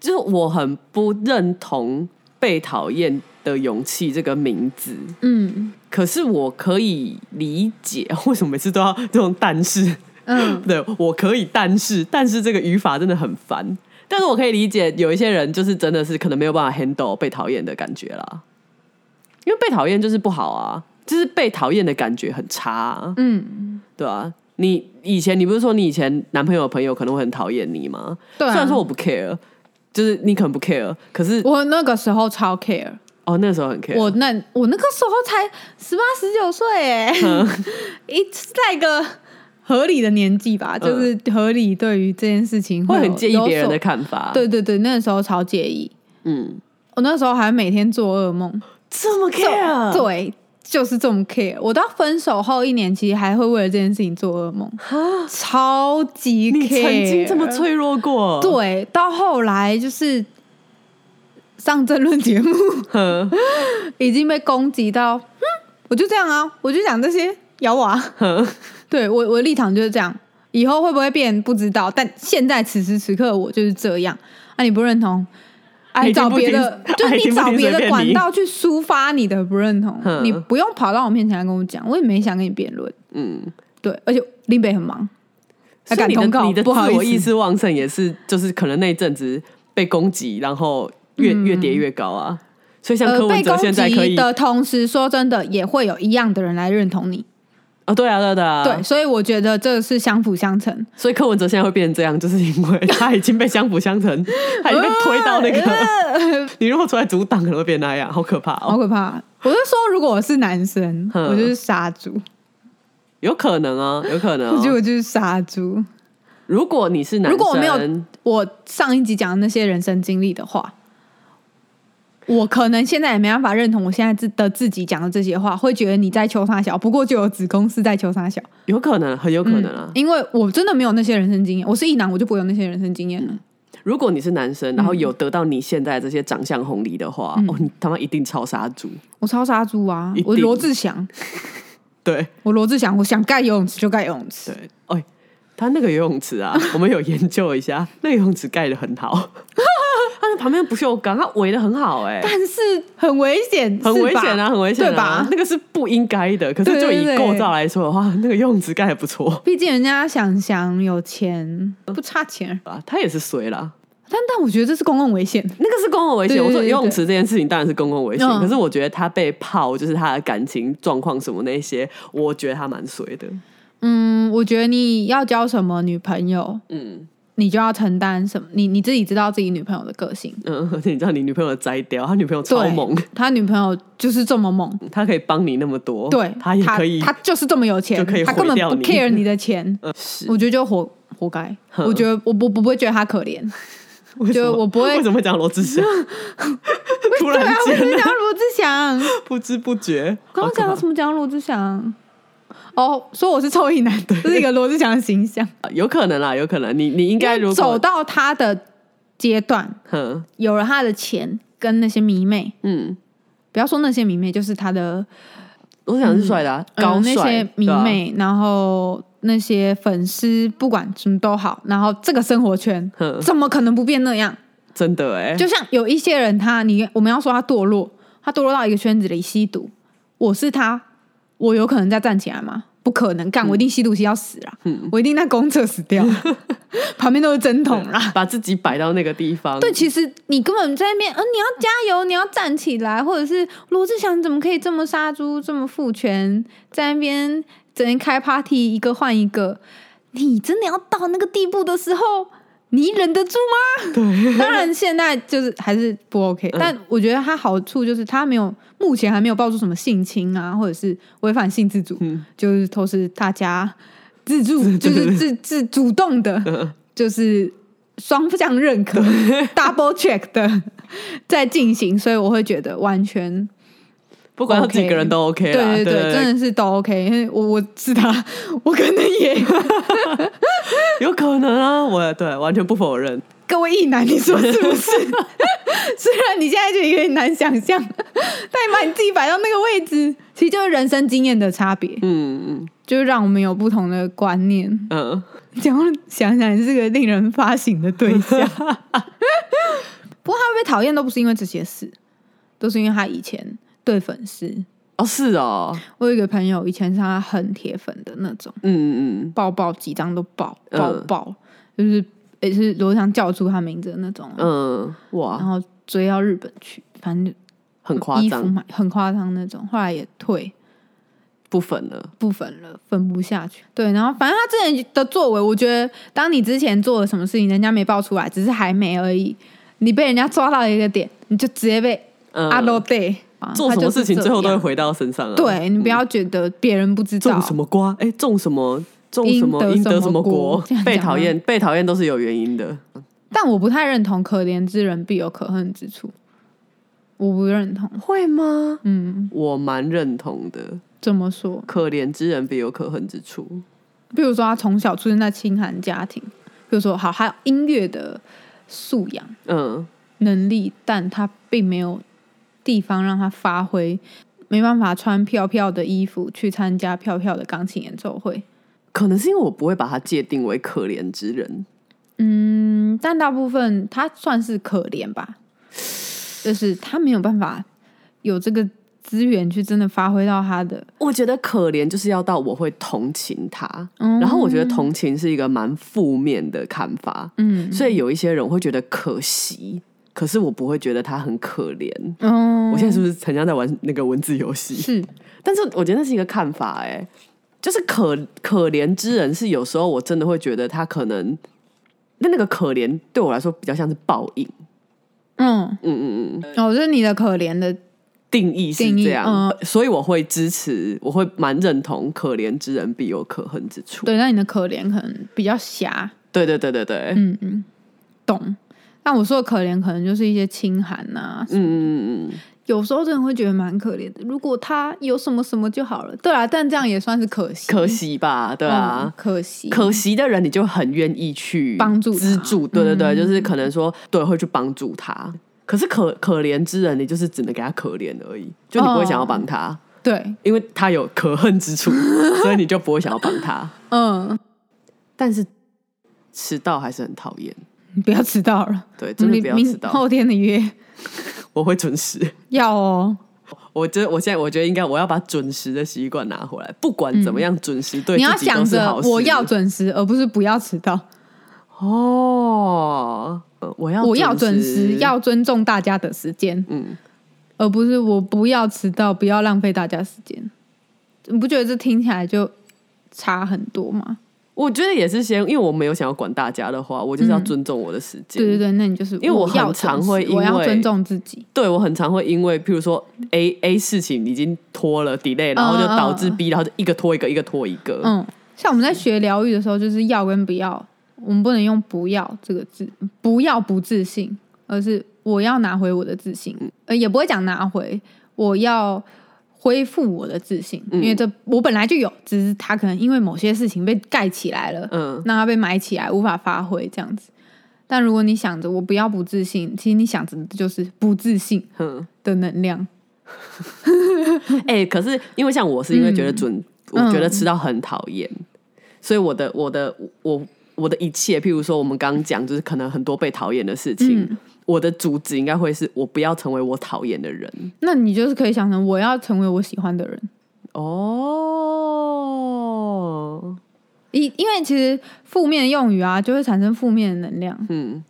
就是我很不认同“被讨厌的勇气”这个名字，嗯可是我可以理解为什么每次都要这种但是，(laughs) 嗯，对，我可以但是，但是这个语法真的很烦。但是我可以理解有一些人就是真的是可能没有办法 handle 被讨厌的感觉啦，因为被讨厌就是不好啊，就是被讨厌的感觉很差、啊，嗯，对啊。你以前你不是说你以前男朋友的朋友可能会很讨厌你吗？对、啊。虽然说我不 care，就是你可能不 care，可是我那个时候超 care，哦，那个时候很 care。我那我那个时候才十八十九岁哎，嗯 (laughs) 一在一个合理的年纪吧，就是合理对于这件事情嗯会有很介意别人的有所看法。，对对对，那个时候超介意，嗯，我那时候还每天做噩梦。这么 care，对，就是这么 care。我到分手后一年，其实还会为了这件事情做噩梦，超级 care。你曾经这么脆弱过，对，到后来就是上争论节目哼，已经被攻击到，嗯，我就这样啊，我就讲这些咬 (laughs) 我啊。哼，对我我的立场就是这样，以后会不会变不知道，但现在此时此刻我就是这样。啊，你不认 (laughs) 同，哎爱你听找不别听的， (laughs) 就爱听是不你找听别随的便管你道去抒发你的不认同，嗯你不用跑到我面前来跟我讲，我也没想跟你辩论。嗯，对，而且林北很忙，还所以敢你通的告你的，不好自我意意思。识旺盛也是，就是可能那一阵子被攻击，然后越越叠越高啊。所以像柯嗯呃，文被哲攻现在可击以的同时，说真的，也会有一样的人来认同你。啊，对啊，对啊对啊，对，，所以我觉得这是相辅相成。所以柯文哲现在会变成这样，就是因 (laughs) 为他已经被相辅相成，他已经被推到那个， (laughs) 你如果出来阻挡，可能会变那样，好可怕呃好哦，可怕！我就说，如果我是男生，嗯我就是杀猪，有可能啊，有可能我觉得哦。我就是杀猪。如果你是男生，如果我没有我上一集讲的那些人生经历的话，我可能现在也没办法认同我现在自的自己讲的这些话，会觉得你在求他小，不过就有子宫是在求他小，有可能，很有可能啊。因为我真的没有那些人生经验，我是一男，我就不会有那些人生经验了。嗯如果你是男生，嗯然后有得到你现在这些长相红利的话，哦，你他妈一定超杀猪。我超杀猪啊一！定我罗志祥，对我罗志祥，我想盖游泳池就盖游泳池，对，哎，他那个游泳池 (laughs) 啊，我们有研究一下，那个游泳池盖的很好，他那旁边不锈钢，他围的很好、哎。但是很危险，很是危吧险啊，很危险、啊，对吧那？个是不应该的，可是对就以对对构造来说的话，那个游泳池盖的不错毕竟人家想想有钱，不差钱，啊，他也是衰啦，但但我觉得这是公共危险，那个是公共危险。对对我说对游泳池这件事情当然是公共危险，嗯可是我觉得他被泡，就是他的感情状况什么那些，我觉得他蛮衰的。嗯，我觉得你要交什么女朋友，嗯你就要承担什么，你你自己知道自己女朋友的个性。嗯，而且你知道你女朋友摘掉，他女朋友超对猛，他女朋友就是这么猛，他可以帮你那么多，对，他也可以他，就是这么有钱就可以，他根本毁掉不你 care 你的 (laughs) 钱，呃是我觉得就活活该。哼我觉得我不不不会觉得他可怜，为什么就我不会为什么会讲罗志 (laughs) 祥？ (laughs) 突对然啊，我怎间么讲到罗志祥？ (laughs) 不知不觉，刚刚讲好到可什么？讲到罗志祥？哦，说我是臭意男，这是一个罗志祥的形象。怕有可能啦，有可能你你应该如果走到他的阶段，哼有了他的钱跟那些迷妹，嗯，不要说那些迷妹，就是他的罗志祥是帅的啊，呃高那帅些迷对啊妹，然后那些粉丝，不管什么都好，然后这个生活圈哼怎么可能不变那样？真的哎，就像有一些人他，你我们要说他堕落，他堕落到一个圈子里吸毒，我是他，我有可能再站起来吗？不可能，嗯干我一定吸毒吸到死啦，我一定在公厕死掉， (laughs) 旁边都是针筒啦。把自己摆到那个地方，对，其实你根本在那边，嗯、你要加油，你要站起来，或者是罗志祥怎么可以这么杀猪，这么父权，在那边整天开 party，一个换一个，你真的要到那个地步的时候，你忍得住吗？ (laughs) 对，当然现在就是还是不 OK，、但我觉得它好处就是它没有，目前还没有爆出什么性侵啊，或者是违反性自主，嗯就是都是大家自助，就是自自主动的，就是双向认 (laughs) 可 double check 的在进行，所以我会觉得完全不管有几个人都 OK 啦，对对对，真的是都 OK，因为我我是他，我可能也。 (laughs) 有可能啊，我对完全不否认，各位异男，你说是不是？ (laughs) 虽然你现在就有点难想象，但把你自己摆到那个位置，其实就是人生经验的差别，嗯就是让我们有不同的观念。嗯嗯， (laughs) 讲到想想，你是个令人发醒的 (laughs) 对象。不过他会被讨厌，都不是因为这些事，都是因为他以前对粉丝。哦是哦，我有一个朋友，以前是他很铁粉的那种，嗯嗯抱抱几张都抱抱嗯抱，就是也是罗翔叫出他名字的那种。嗯，然哇，后追到日本去，反正就很夸衣服张，买很夸张那种，后来也退不粉了，不粉了，粉不下去。对，然后反正他之前的作为，我觉得当你之前做了什么事情，人家没爆出来，只是还没而已，你被人家抓到一个点，你就直接被嗯，阿 low day，啊做他什就么是事情这最后都会样回到身上啊，对你不要觉得别人不知道种什么瓜？哎，种什么？种什么应得应得什什么么果果这 (laughs) 样？被讲吗讨厌，被讨厌都是有原因的。但我不太认同“可怜之人必有可恨之处”，我不认同。会吗？嗯，我蛮认同的，怎么说？可怜之人必有可恨之处。比如说他从小出生在清寒家庭，比如说好，还有音乐的素养嗯，能力，但他并没有地方让他发挥，没办法穿飘飘的衣服去参加飘飘的钢琴演奏会。可能是因为我不会把它界定为可怜之人，嗯，但大部分他算是可怜吧，就是他没有办法有这个资源去真的发挥到他的。我觉得可怜就是要到我会同情他，嗯然后我觉得同情是一个蛮负面的看法，嗯所以有一些人我会觉得可惜，可是我不会觉得他很可怜。嗯，我现在是不是很像在玩那个文字游戏？是但是我觉得那是一个看法、哎，就是可可怜之人是有时候我真的会觉得他可能，那那个可怜对我来说比较像是报应。嗯嗯嗯嗯，哦，就是你的可怜的定义是定义这样，嗯所以我会支持，我会蛮认同“可怜之人必有可恨之处”。对，但你的可怜可能比较狭。对对对对对，嗯嗯嗯，懂。但我说的可怜，可能就是一些清寒啊呐、嗯嗯嗯，有时候真的会觉得蛮可怜的。如果他有什么什么就好了，对啊，但这样也算是可惜，可惜吧，对嗯啊。可惜，可惜的人，你就很愿意去帮助他资助，对对对，就是可能说对会去帮助他。可是可可怜之人，你就是只能给他可怜而已，就你不会想要帮他，对，因为他有可恨之处，所以你就不会想要帮他。嗯，但是迟到还是很讨厌，你不要迟到了，对，真的明不要迟明到，后天的约我会准时。要哦。我觉得我现在我觉得应该我要把准时的习惯拿回来，不管怎么样，准时对你要自己想都是着好事。我要准时，而不是不要迟到。哦，呃我要我要准时，时，要尊重大家的时间，嗯，而不是我不要迟到，不要浪费大家时间。你不觉得这听起来就差很多吗？我觉得也是先，因为我没有想要管大家的话，我就是要嗯尊重我的时间。对对对，那你就是因为我很要常诚实会因我要为尊重自己，对我很常会因为，譬如说 A A 事情已经拖了 delay，然后就导致 B，、然后就一个拖一个，一个拖一个。嗯，像我们在学疗愈的时候，就是要跟不要，我们不能用“不要”这个字，不要不自信，而是我要拿回我的自信，呃，也不会讲拿回，我要恢复我的自信，因为这我本来就有，只是他可能因为某些事情被盖起来了，嗯那他被埋起来，无法发挥这样子。但如果你想着我不要不自信，其实你想着的就是不自信哼，的能量。哎、可是因为像我是因为觉嗯得准，我觉得迟到很讨厌，所以我的我的我我的一切，譬如说我们刚刚讲，就是可能很多被讨厌的事情，嗯我的主旨应该会是我不要成为我讨厌的人。那你就是可以想成我要成为我喜欢的人。哦，因因为其实负面用语啊，就会产生负面的能量。嗯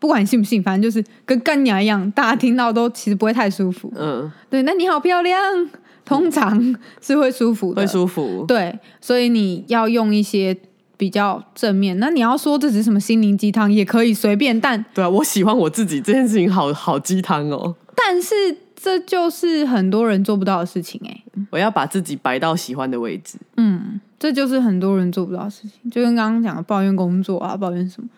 不管你信不信，反正就是跟干娘一样，大家听到都其实不会太舒服。嗯，对，那你好漂亮，通常是会舒服的。会舒服。对，所以你要用一些比较正面。那你要说这只是什么心灵鸡汤也可以随便，但对啊，我喜欢我自己这件事情好好鸡汤哦。但是这就是很多人做不到的事情哎、我要把自己摆到喜欢的位置。嗯，这就是很多人做不到的事情，就跟刚刚讲的抱怨工作啊，抱怨什么，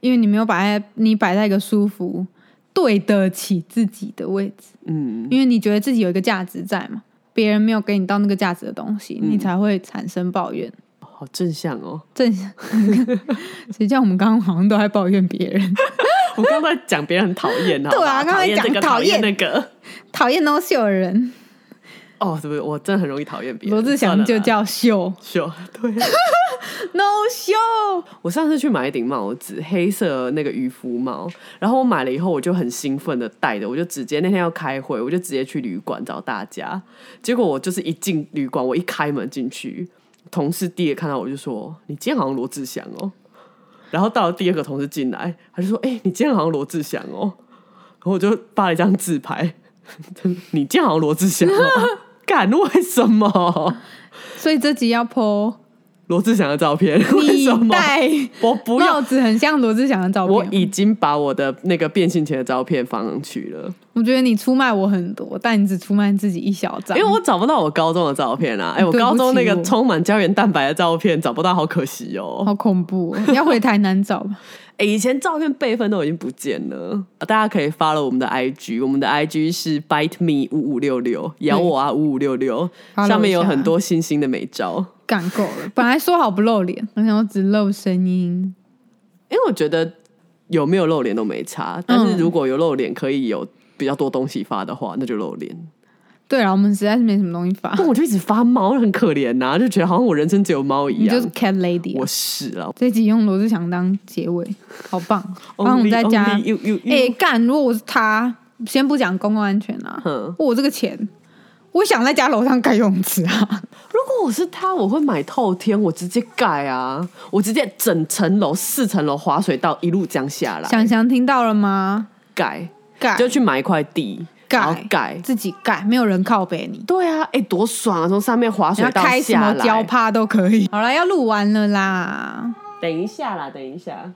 因为你没有摆在你摆在一个舒服、对得起自己的位置，嗯因为你觉得自己有一个价值在嘛，别人没有给你到那个价值的东西，嗯你才会产生抱怨。好正向哦。 (laughs) 正向，谁叫我们刚刚好像都在抱怨别人， (laughs) 我刚才讲别人很讨厌，好不好对啊刚才讨厌这个讲讨讨厌厌那个。讨厌 no 秀的人，哦，对不对？我真的很容易讨厌别人。罗志算了啦祥就叫秀秀，对。啊 no 秀，我上次去买一顶帽子，黑色那个渔夫帽，然后我买了以后，我就很兴奋的戴着，我就直接那天要开会，我就直接去旅馆找大家。结果我就是一进旅馆，我一开门进去，同事第一个看到我就说：“你今天好像罗志祥哦。”然后到了第二个同事进来，他就说：“哎、你今天好像罗志祥哦。”然后我就发了一张自拍，你今天好像罗志祥哦， (laughs) 干为什么？所以这集要 po 罗志祥的照片， (laughs) 为你什么？戴我不要帽子很像罗志祥的照片我，已经把我的那个变性前的照片放上去了，我觉得你出卖我很多，但你只出卖自己一小张。因为我找不到我高中的照片啊！哎、我对不起高中那个我充满胶原蛋白的照片找不到，好可惜哦、好恐怖、哦，要回台南找吧。哎、以前照片备份都已经不见了，呃大家可以发了我们的 IG，我们的 IG 是 bite me 五五六六，咬我啊五五六六， Follow 上面有一下很多星星的美照。干够 (laughs) 了，本来说好不露脸，然后只露声音。因为我觉得有没有露脸都没差，但是嗯如果有露脸可以有比较多东西发的话，那就露 (laughs) 脸。对了，我们实在是没什么东西发但，我就一直发猫，很可怜呐、就觉得好像我人生只有猫一你样。就是 cat lady 我啊、是啊，这集用罗志祥当结尾，好 (laughs) 棒！帮我们 Only- 在家， only 哎、 you- you- you 干，如果我是他，先不讲公共安全 (laughs) 啊，嗯我这个钱，我想在家楼上盖游泳池啊，如果我是他，我会买透天，我直接盖啊，我直接整层楼四层楼滑水道一路这样下 (laughs) 来，想想听到了吗？盖盖就去买一块地，然后盖盖。自己盖，没有人靠北你。对啊，哎、多爽啊！从上面滑水要道开什下么交来。趴都可以。好了，要录完了啦。等一下啦，等一下。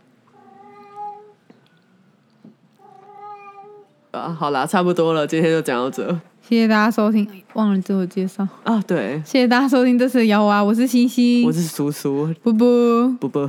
啊，好啦，差不多了，今天就讲到这谢谢大家收听，哎忘了自我介绍。啊。对，谢谢大家收听这次的摇娃，我是星星，我是苏苏，布布。不不。